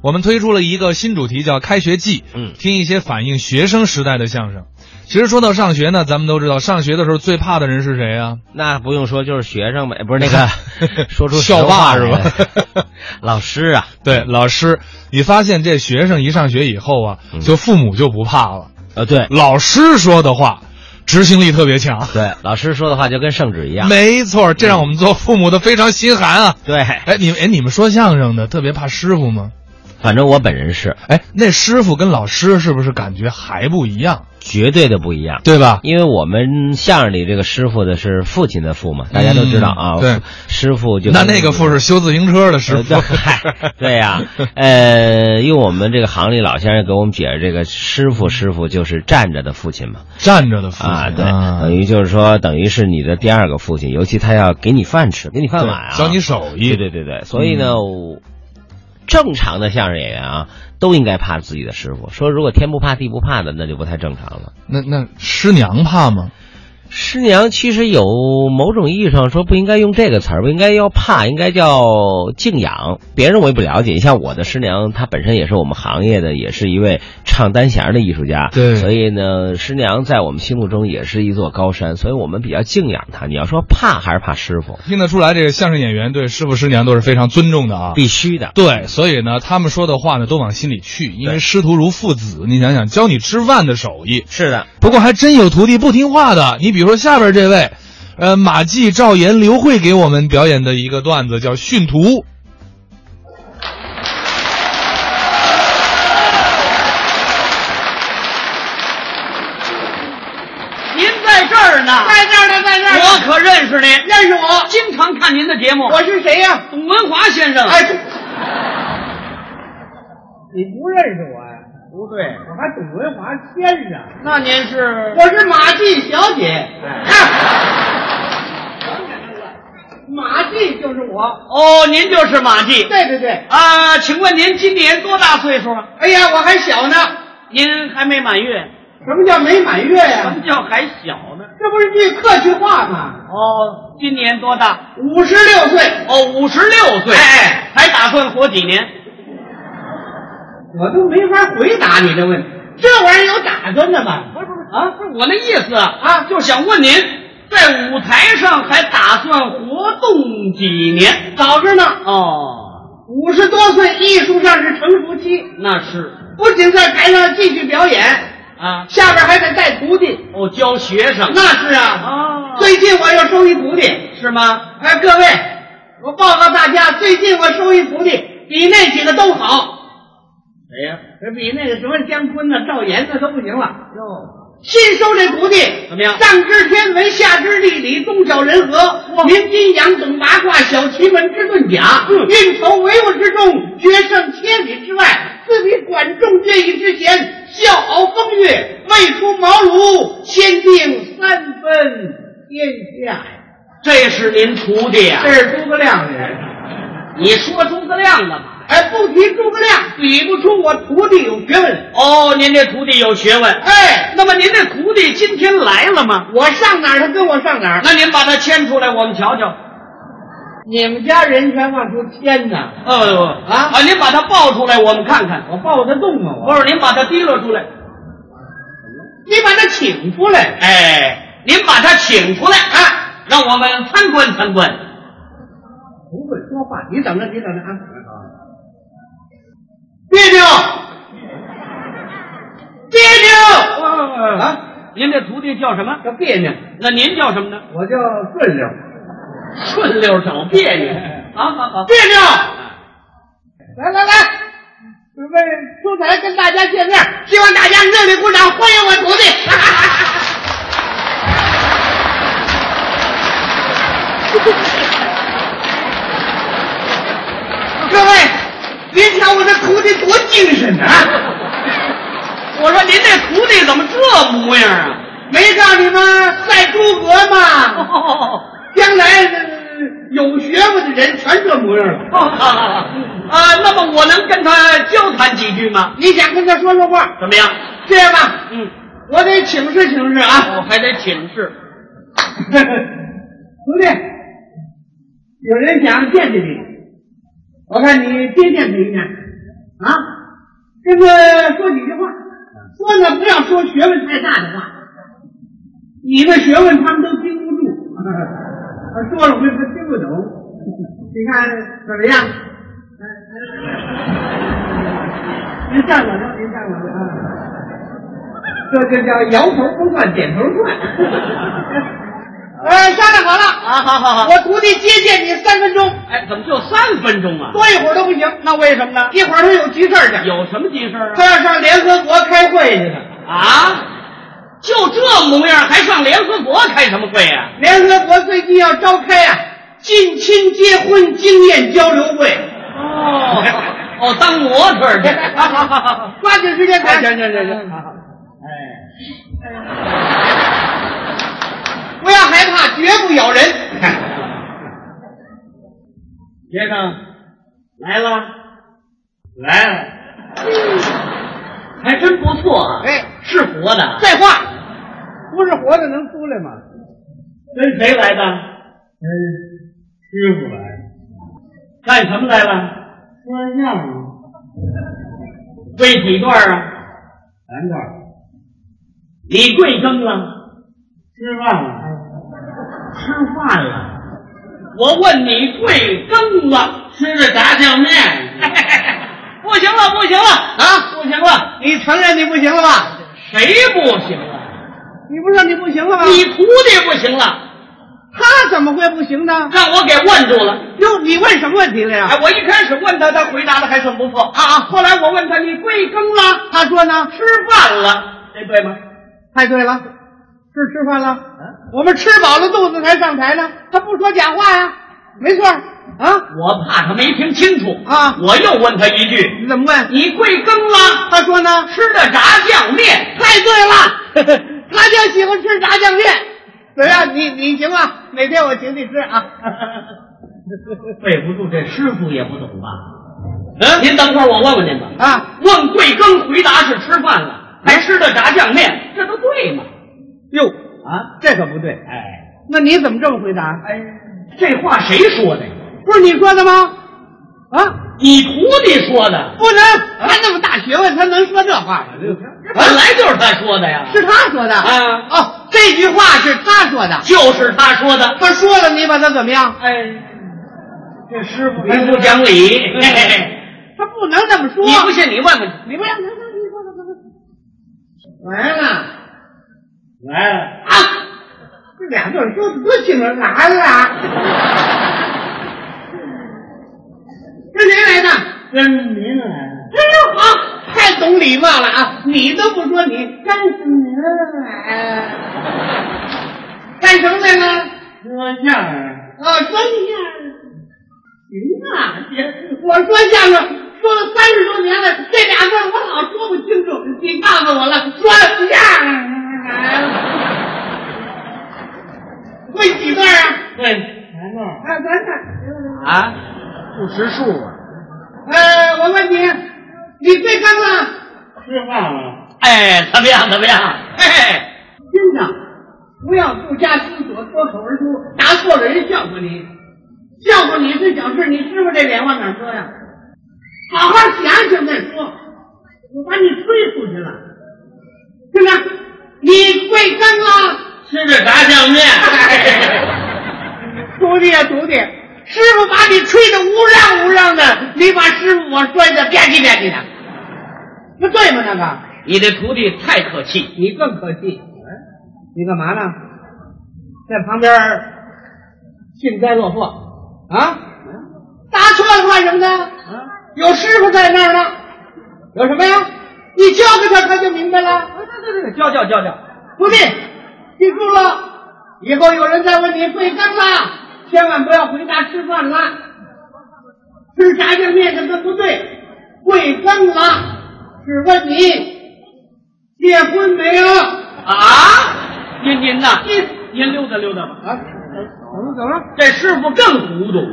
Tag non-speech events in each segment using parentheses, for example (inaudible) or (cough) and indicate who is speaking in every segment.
Speaker 1: 我们推出了一个新主题，叫“开学季”，
Speaker 2: 嗯
Speaker 1: 听一些反映学生时代的相声。其实说到上学呢，咱们都知道，上学的时候最怕的人是谁啊？
Speaker 2: 那不用说，就是学生呗，不是那
Speaker 1: (laughs)
Speaker 2: 个说出
Speaker 1: 校霸是吧
Speaker 2: 实话来了？ (laughs) 老师啊，
Speaker 1: 对，老师。你发现这学生一上学以后啊，就父母就不怕了，
Speaker 2: 呃，对
Speaker 1: 老师说的话，执行力特别强。
Speaker 2: 对，老师说的话就跟圣旨一样。
Speaker 1: 没错，这让我们做父母的非常心寒啊。
Speaker 2: 对，
Speaker 1: 哎，你们哎，你们说相声的特别怕师傅吗？
Speaker 2: 反正我本人是
Speaker 1: 哎，那师傅跟老师是不是感觉还不一样，
Speaker 2: 绝对的不一样。
Speaker 1: 对吧？
Speaker 2: 因为我们相声里这个师傅的是父亲的父嘛，大家都知道啊。
Speaker 1: 嗯对，
Speaker 2: 师傅就
Speaker 1: 那那个父是修自行车的师 (laughs)
Speaker 2: 呃
Speaker 1: 傅
Speaker 2: 对，嗨对 (laughs) 呀、呃，用我们这个行里老先生给我们解释，这个师傅师傅就是站着的父亲嘛。
Speaker 1: 站着的父亲
Speaker 2: 啊，对，等于就是说，等于是你的第二个父亲，尤其他要给你饭吃，给你饭碗啊，
Speaker 1: 对教你手嗯艺
Speaker 2: 对对对对，所以呢，我正常的相声演员啊，都应该怕自己的师傅。说如果天不怕地不怕的，那就不太正常了。
Speaker 1: 那那师娘怕吗？
Speaker 2: 师娘其实有某种意义上说不应该用这个词儿，不应该要怕，应该叫敬仰。别人我也不了解，你像我的师娘，她本身也是我们行业的，也是一位唱单弦儿的艺术家。
Speaker 1: 对
Speaker 2: 所以呢，师娘在我们心目中也是一座高山，所以我们比较敬仰她。你要说怕还是怕师傅，
Speaker 1: 听得出来，这个相声演员对师傅师娘都是非常尊重的啊。
Speaker 2: 必须的。
Speaker 1: 对，所以呢，他们说的话呢，都往心里去，因为
Speaker 2: 对
Speaker 1: 师徒如父子。你想想，教你吃饭的手艺，
Speaker 2: 是的，
Speaker 1: 不过还真有徒弟不听话的。你比如说下边这位，呃，马季、赵岩、刘慧给我们表演的一个段子叫《训徒》。
Speaker 3: 您在这儿呢，
Speaker 4: 在这儿呢，在这儿
Speaker 3: 我
Speaker 4: 呢。
Speaker 3: 可认识您，
Speaker 4: 认识我，
Speaker 3: 经常看您的节目。
Speaker 4: 我是谁呀、
Speaker 3: 董文华先生，
Speaker 4: 哎，这你不认识我呀、不对，我还董文华先生，
Speaker 3: 那您是
Speaker 4: 我是马季小姐。哎，马季就是我。
Speaker 3: 哦，您就是马季
Speaker 4: 对对对，
Speaker 3: 啊？请问您今年多大岁数？
Speaker 4: 哎呀，我还小呢。
Speaker 3: 您还没满月，
Speaker 4: 什么叫没满月呀、
Speaker 3: 什么叫还小呢？
Speaker 4: 这不是句客气话吗？
Speaker 3: 哦，今年多大？
Speaker 4: 五十六岁，
Speaker 3: 哦，五十六岁，哎，还打算活几年？
Speaker 4: 我都没法回答你这问题。这玩意儿有打算的吗？不是不是啊，
Speaker 3: 不是我那意思啊啊，就想问您，在舞台上还打算活动几年？
Speaker 4: 早着呢。
Speaker 3: 哦，
Speaker 4: 五十多岁，艺术上是成熟期，
Speaker 3: 那是
Speaker 4: 不仅在台上继续表演，
Speaker 3: 啊，
Speaker 4: 下边还得带徒弟。
Speaker 3: 哦，教学生
Speaker 4: 那是啊，
Speaker 3: 啊
Speaker 4: 最近我又收一徒弟。
Speaker 3: 是吗？
Speaker 4: 哎，各位，我报告大家，最近我收一徒弟，比那几个都好。
Speaker 3: 谁哎呀、
Speaker 4: 这比那个什么姜昆呐、赵岩呐都不行了。
Speaker 3: 哟，
Speaker 4: 新收这徒弟
Speaker 3: 怎么样
Speaker 4: 上知天文，下知地理，中晓人和，明阴阳，懂八卦，晓奇门之遁甲，
Speaker 3: 嗯
Speaker 4: 运筹帷幄之中，决胜千里之外，自比管仲借义之贤，笑傲风月，未出茅庐，先定三分天下。
Speaker 3: 这是您徒弟呀、
Speaker 4: 这是诸葛亮的人，
Speaker 3: 你说诸葛亮干嘛？
Speaker 4: 哎，不提诸葛亮，比不出我徒弟有学问。
Speaker 3: 哦，您这徒弟有学问。
Speaker 4: 哎，
Speaker 3: 那么您这徒弟今天来了吗？
Speaker 4: 我上哪儿，他跟我上哪儿。
Speaker 3: 那您把他牵出来，我们瞧瞧。
Speaker 4: 你们家人全往出迁呐。
Speaker 3: 呃
Speaker 4: 啊
Speaker 3: 啊，您把他抱出来，我们看看。
Speaker 4: 我抱得动吗？
Speaker 3: 不是，您把他提溜出来。
Speaker 4: 你把他请出来。
Speaker 3: 哎，您把他请出来啊，让我们参观参观。
Speaker 4: 不会说话，你等着，你等着啊。别扭，别扭
Speaker 3: 啊，
Speaker 4: 啊！
Speaker 3: 您这徒弟叫什么？
Speaker 4: 叫别扭，
Speaker 3: 那您叫什么呢？
Speaker 4: 我叫顺溜，
Speaker 3: 顺溜找别扭。 (laughs) 好好好。
Speaker 4: 别扭。来来来，准备出台跟大家见面，希望大家热烈鼓掌，欢迎我徒弟。 (laughs) 各位，您瞧我这徒弟多精神啊！
Speaker 3: 我说您这徒弟怎么这模样啊？
Speaker 4: 没告诉你们赛诸葛 (laughs) 吗？
Speaker 3: (laughs) 哦。
Speaker 4: 将来呃有学问的人全这模样了。
Speaker 3: 啊，那么我能跟他交谈几句吗？
Speaker 4: 你想跟他说说话？
Speaker 3: 怎么样？
Speaker 4: 这样吧，
Speaker 3: 嗯，
Speaker 4: 我得请示请示啊。
Speaker 3: 我还得请示。
Speaker 4: (laughs) 徒弟，有人想惦记你，我看你接见他一面啊。这个说几句话，说呢不要说学问太大的话，你的学问他们都经不住，说了会他听不懂。你看怎么样？您站我这儿，您站我这儿啊。这就叫摇头不转，点头转。 (laughs) 呃，商量好了，
Speaker 3: 啊，好好好，
Speaker 4: 我徒弟接见你三分钟，
Speaker 3: 哎，怎么就三分钟啊？
Speaker 4: 多一会儿都不行。
Speaker 3: 那为什么呢？
Speaker 4: 一会儿他有急事儿去，
Speaker 3: 有什么急事儿
Speaker 4: 他要上联合国开会去呢。
Speaker 3: 啊？啊，就这模样还上联合国开什么会啊呀、
Speaker 4: 联合国最近要召开啊近亲结婚经验交流会，
Speaker 3: (laughs) 哦，哦，当模特儿去。好好好好好，
Speaker 4: 抓紧时间
Speaker 3: 哎
Speaker 4: 谈。
Speaker 3: 行行行行，好好。
Speaker 4: 不要害怕，绝不咬人。
Speaker 3: (laughs) 先生，来了，来了，还真不错啊！
Speaker 4: 嗯哎，
Speaker 3: 是活的啊，
Speaker 4: 再话，不是活的能出来吗？
Speaker 3: 跟谁来的？嗯，师傅来。干什么来了？说相声。跪几段啊？三段。你跪更了？吃饭了。啊吃饭了。我问你跪更了？吃的炸酱面。不行了，不行了啊！不行了，
Speaker 4: 你承认你不行了吧？
Speaker 3: 谁不行了？
Speaker 4: 你不说你不行了吗？
Speaker 3: 你徒弟不行了，
Speaker 4: 他怎么会不行呢？
Speaker 3: 让我给问住了。
Speaker 4: 哟，你问什么问题了呀
Speaker 3: 哎，？我一开始问他，他回答的还算不错啊。
Speaker 4: 啊，
Speaker 3: 后来我问他，你贵庚了？
Speaker 4: 他说呢，
Speaker 3: 吃饭了，这对吗？
Speaker 4: 太对了，是吃饭了。
Speaker 3: 嗯
Speaker 4: 我们吃饱了肚子才上台呢，他不说假话呀，没错儿啊。
Speaker 3: 我怕他没听清楚
Speaker 4: 啊
Speaker 3: 我又问他一句，
Speaker 4: 你怎么问？
Speaker 3: 你贵庚了？
Speaker 4: 他说呢，
Speaker 3: 吃的炸酱面。
Speaker 4: 太对了，
Speaker 3: (laughs)
Speaker 4: 他就喜欢吃炸酱面。怎么样？你你行吗？哪天我请你吃啊？
Speaker 3: 背不住，这师傅也不懂啊吧？嗯，您等会儿我问问您吧。
Speaker 4: 啊，
Speaker 3: 问贵庚，回答是吃饭了，还吃的炸酱面，这都对吗？
Speaker 4: 哟，
Speaker 3: 啊，
Speaker 4: 这可不对。
Speaker 3: 哎
Speaker 4: 那你怎么这么回答？
Speaker 3: 哎，这话谁说的？
Speaker 4: 不是你说的吗？啊，
Speaker 3: 你徒弟说的，
Speaker 4: 不能，他那么大学问，他能说这话吗？
Speaker 3: 哎这本来就是他说的呀。
Speaker 4: 是他说的
Speaker 3: 啊
Speaker 4: 哦，这句话是他说的。
Speaker 3: 就是他说的。
Speaker 4: 他说了，你把他怎么样？
Speaker 3: 哎，嗯这师傅真不讲理。嘿嘿嘿
Speaker 4: 嗯他不能这么说。
Speaker 3: 你不信，你问问。
Speaker 4: 你不要，你说你说的完了
Speaker 3: 来了，
Speaker 4: 啊！这俩字儿说的啊多清楚，完了。是谁来的？
Speaker 3: 跟您来了。
Speaker 4: 哎呦，好，太懂礼貌了啊！你都不说你，干什么来？干什么来了？
Speaker 3: 说相声，
Speaker 4: 啊，说相声。行啊，我说相声说了三十多年了，这俩字儿我老说不清楚，你告诉我了，说了相声。会几段啊？
Speaker 3: 对，来
Speaker 4: 啊，
Speaker 3: 嘛
Speaker 4: 咱看。
Speaker 3: 嗯啊，不识数啊，
Speaker 4: 呃，我问你，你最刚啊了？
Speaker 3: 吃饭了。哎，怎么样？怎么样？嘿嘿，
Speaker 4: 真的，不要不加思索，脱口而出，答错了人笑话你，笑话你是小事，你师傅这脸往哪儿搁呀？好好想想再说，我把你推出去了，听着，你会干吗？
Speaker 3: 吃着炸酱面。
Speaker 4: (laughs) 徒弟啊，徒弟，师傅把你吹得乌嚷乌嚷的，你把师傅我摔得吧唧吧唧的，那对吗？那个，
Speaker 3: 你这徒弟太可气，
Speaker 4: 你更可气。你干嘛呢？在旁边儿幸灾乐祸啊？答错了干什么呢？有师傅在那儿呢，有什么呀？你教给他，他就明白了。
Speaker 3: 教教教教。
Speaker 4: 徒弟，记住了，以后有人再问你贵庚了，千万不要回答吃饭了，吃炸酱面这都不对，贵庚了只问你结婚没有。
Speaker 3: 啊，您您呐，您溜达溜达吧。
Speaker 4: 啊，怎么怎么了？
Speaker 3: 这师傅更古董，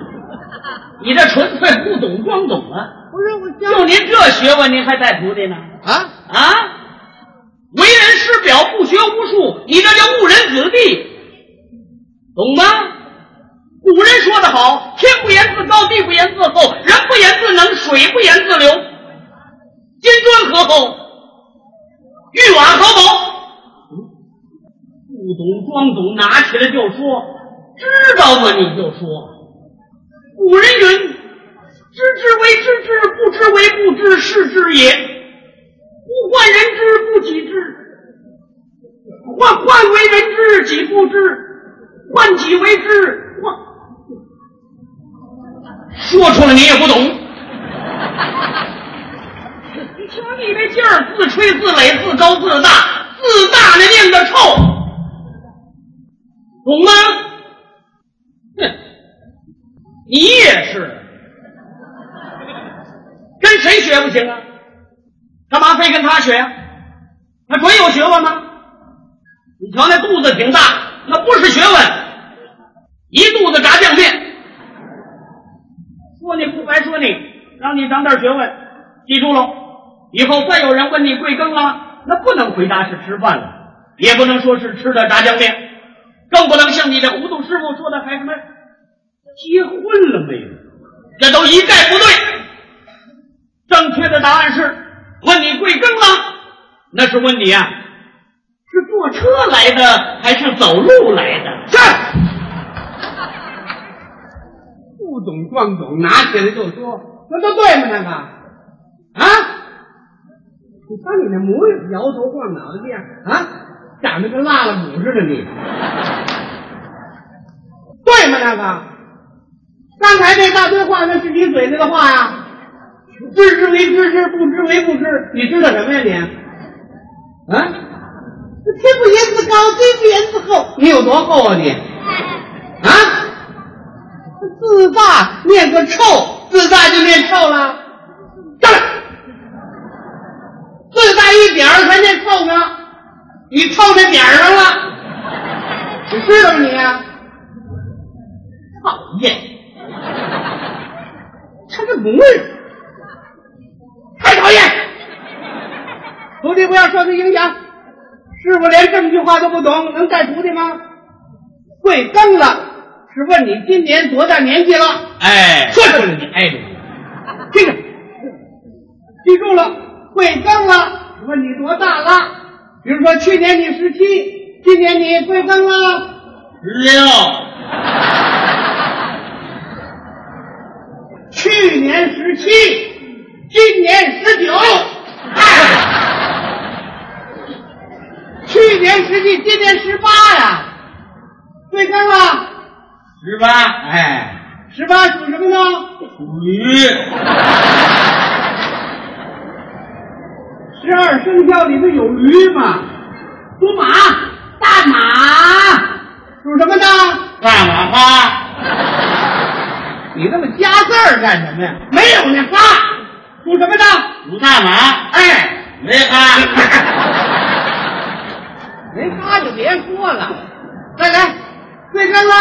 Speaker 3: 你这纯粹不懂装懂啊！
Speaker 4: 不是我教
Speaker 3: 就您这学问，您还带徒弟呢？
Speaker 4: 啊，
Speaker 3: 啊，为人师表，不学无术，你这叫误人子弟，懂吗？古人说得好：“天不言自高，地不言自厚，人不言自能，水不言自流。”金砖何后？欲往何否？不懂装懂，拿起来就说，知道吗？你就说。古人云：“知之为知之，不知为不知，是知也。不患人之不己知，患患为人知己不知，患己为知患。”说出来你也不懂。你瞧你这劲儿，自吹自擂，自高自大，自大那念的臭，懂吗？哼，你也是，跟谁学不行啊？干嘛非跟他学啊？那准有学问吗？你瞧那肚子挺大，那不是学问，一肚子炸酱面。说你不白说你，让你长点学问，记住喽。以后再有人问你贵庚了，那不能回答是吃饭了，也不能说是吃的炸酱面，更不能像你这糊涂师傅说的还什么结婚了没有，这都一概不对。正确的答案是问你贵庚了，那是问你呀、啊是坐车来的还是走路来的？是。
Speaker 4: 不懂装懂，拿起来就说，那都对吗？那个啊，你瞧你那模样，摇头晃脑的这样啊，长得跟拉了鼓似的你，对吗？那个刚才那大堆话，那是你嘴里的话呀、知之为知之，不知为不知，你知道什么呀你？啊，这天不言之高，地不言之厚，你有多厚啊你？啊？自大念个臭，自大就念臭了。站来，自大一点儿才念臭呢，你臭在点儿上了，你知道吗你、啊？
Speaker 3: 讨厌，
Speaker 4: 他这模样
Speaker 3: 太讨厌！
Speaker 4: 徒弟不要受他影响。师傅连这么句话都不懂，能带徒弟吗？贵庚了，是问你今年多大年纪了？
Speaker 3: 哎
Speaker 4: 说出来
Speaker 3: 你哎，
Speaker 4: 听着，记住了，贵庚了，是问你多大了？比如说去年你十七，今年你贵庚了？
Speaker 3: 六
Speaker 4: 去年十七，今年十九。哎，去年十七，今年十八呀，贵庚了？
Speaker 3: 十八，哎，
Speaker 4: 十八属什么呢？
Speaker 3: 属于
Speaker 4: 十二生肖里头有驴吗？属马，大马属什么呢？
Speaker 3: 大马花，
Speaker 4: 你那么加字儿干什么呀？没有那哈，属什么呢？
Speaker 3: 属大马，
Speaker 4: 哎，
Speaker 3: 没哈。
Speaker 4: 没哈就别说了。再来，贵庚了？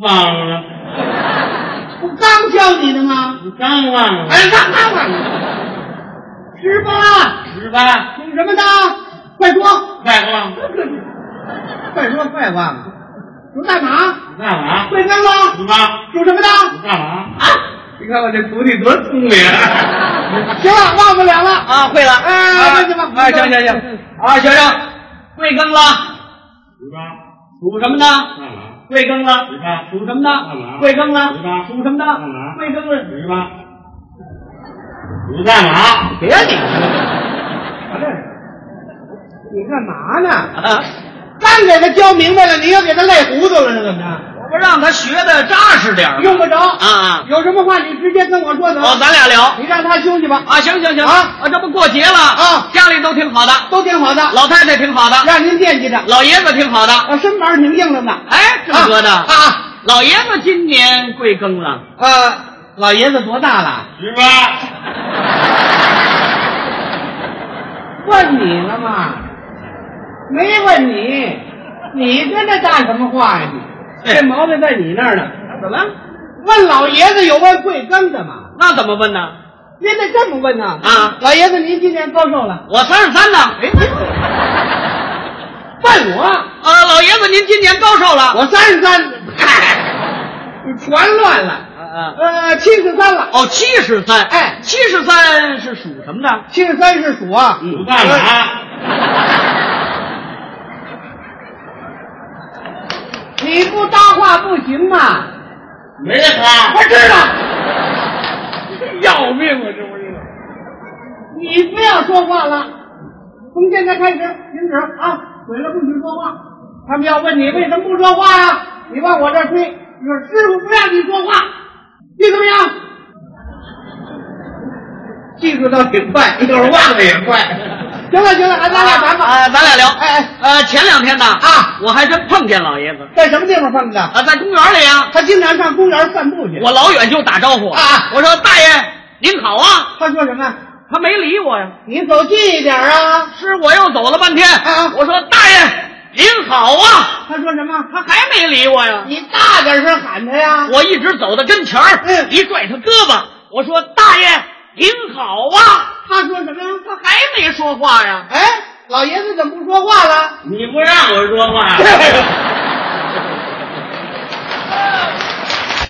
Speaker 3: 忘了，
Speaker 4: 不刚教你的吗？
Speaker 3: 你刚忘了
Speaker 4: 哎，那那忘了。十八
Speaker 3: 十八，
Speaker 4: 属什么呢？快说，
Speaker 3: 快忘了
Speaker 4: 快说，快忘了。属大马，
Speaker 3: 大马，
Speaker 4: 贵庚了？
Speaker 3: 十八，
Speaker 4: 属什么
Speaker 3: 你
Speaker 4: 呢？
Speaker 3: 干嘛？
Speaker 4: 啊，
Speaker 3: 你看我这徒弟多聪明啊！
Speaker 4: 行了，忘不了了啊。
Speaker 2: 啊，会了。
Speaker 4: 啊，那就吧
Speaker 3: 哎，行行行，啊，学生，贵庚了？十八。属什么呢？贵庚了？十八。属什么呢？贵庚了？十八。属什么呢？贵庚了？十八。属大马。
Speaker 4: 别理他了。你干嘛呢？
Speaker 3: (laughs) 啊，
Speaker 4: 刚给他教明白了，你又给他累糊涂了，是怎么
Speaker 3: 我不让他学的扎实点
Speaker 4: 着？
Speaker 3: 吗？
Speaker 4: 用不着
Speaker 3: 啊，
Speaker 4: 有什么话你直接跟我说得
Speaker 3: 哦，
Speaker 4: 了。
Speaker 3: 咱俩聊
Speaker 4: 你让他休息吧，
Speaker 3: 啊，行行行
Speaker 4: 啊
Speaker 3: 啊，这不过节了
Speaker 4: 啊
Speaker 3: 家里都挺好的，
Speaker 4: 都挺好的，
Speaker 3: 老太太挺好的，
Speaker 4: 让您惦记着。
Speaker 3: 老爷子挺好的，
Speaker 4: 啊，身板挺硬朗的。
Speaker 3: 哎，郑哥的
Speaker 4: 啊啊，
Speaker 3: 老爷子今年贵庚了？
Speaker 4: 呃，老爷子多大了？
Speaker 3: 十八。
Speaker 4: 问你了吗？没问你，你跟他干什么话呀？你这毛病在你那儿呢。
Speaker 3: 哎啊怎么？
Speaker 4: 问老爷子有问贵庚的吗？
Speaker 3: 那怎么问呢？
Speaker 4: 您得这么问呐
Speaker 3: 啊
Speaker 4: 老爷子，您今年高寿了？
Speaker 3: 我三十三呢。哎，
Speaker 4: 问我，
Speaker 3: 啊呃，老爷子您今年高寿了？
Speaker 4: 我三十三。嗨，全乱了。
Speaker 3: 啊啊
Speaker 4: 呃，七十三了。
Speaker 3: 哦，七十三，
Speaker 4: 哎
Speaker 3: 七十三是属什么的？嗯
Speaker 4: 七十三是鼠啊，
Speaker 3: 你干嘛？
Speaker 4: 你不搭话不行嘛。
Speaker 3: 没他，
Speaker 4: 我知道，要命啊！这不是，你不要说话了，从现在开始停止啊！嘴了不许说话。他们要问你为什么不说话呀、你往我这儿推，你说师傅不让你说话，记住没有？记住倒挺快，一会儿忘的也快。行了行了， (laughs) 咱俩谈吧。
Speaker 3: 啊，咱俩聊。
Speaker 4: 哎哎，
Speaker 3: 呃，前两天呢，
Speaker 4: 啊，
Speaker 3: 我还真碰见老爷子
Speaker 4: 在什么地方碰的？
Speaker 3: 啊，在公园里啊，
Speaker 4: 他经常上公园散步去。
Speaker 3: 我老远就打招呼
Speaker 4: 啊
Speaker 3: 我说大爷您好啊，
Speaker 4: 他说什么？
Speaker 3: 他没理我呀。
Speaker 4: 你走近一点啊！
Speaker 3: 是我又走了半天，
Speaker 4: 啊
Speaker 3: 我说大爷您好啊，
Speaker 4: 他说什么？
Speaker 3: 他还没理我呀。
Speaker 4: 你大点声喊他呀！
Speaker 3: 我一直走到跟前儿，
Speaker 4: 嗯
Speaker 3: 一拽他胳膊，我说大爷您好啊，
Speaker 4: 他说什么呀？
Speaker 3: 他还没说话呀。
Speaker 4: 哎，老爷子怎么不说话了？
Speaker 3: (laughs) 你不让我说话
Speaker 4: 呀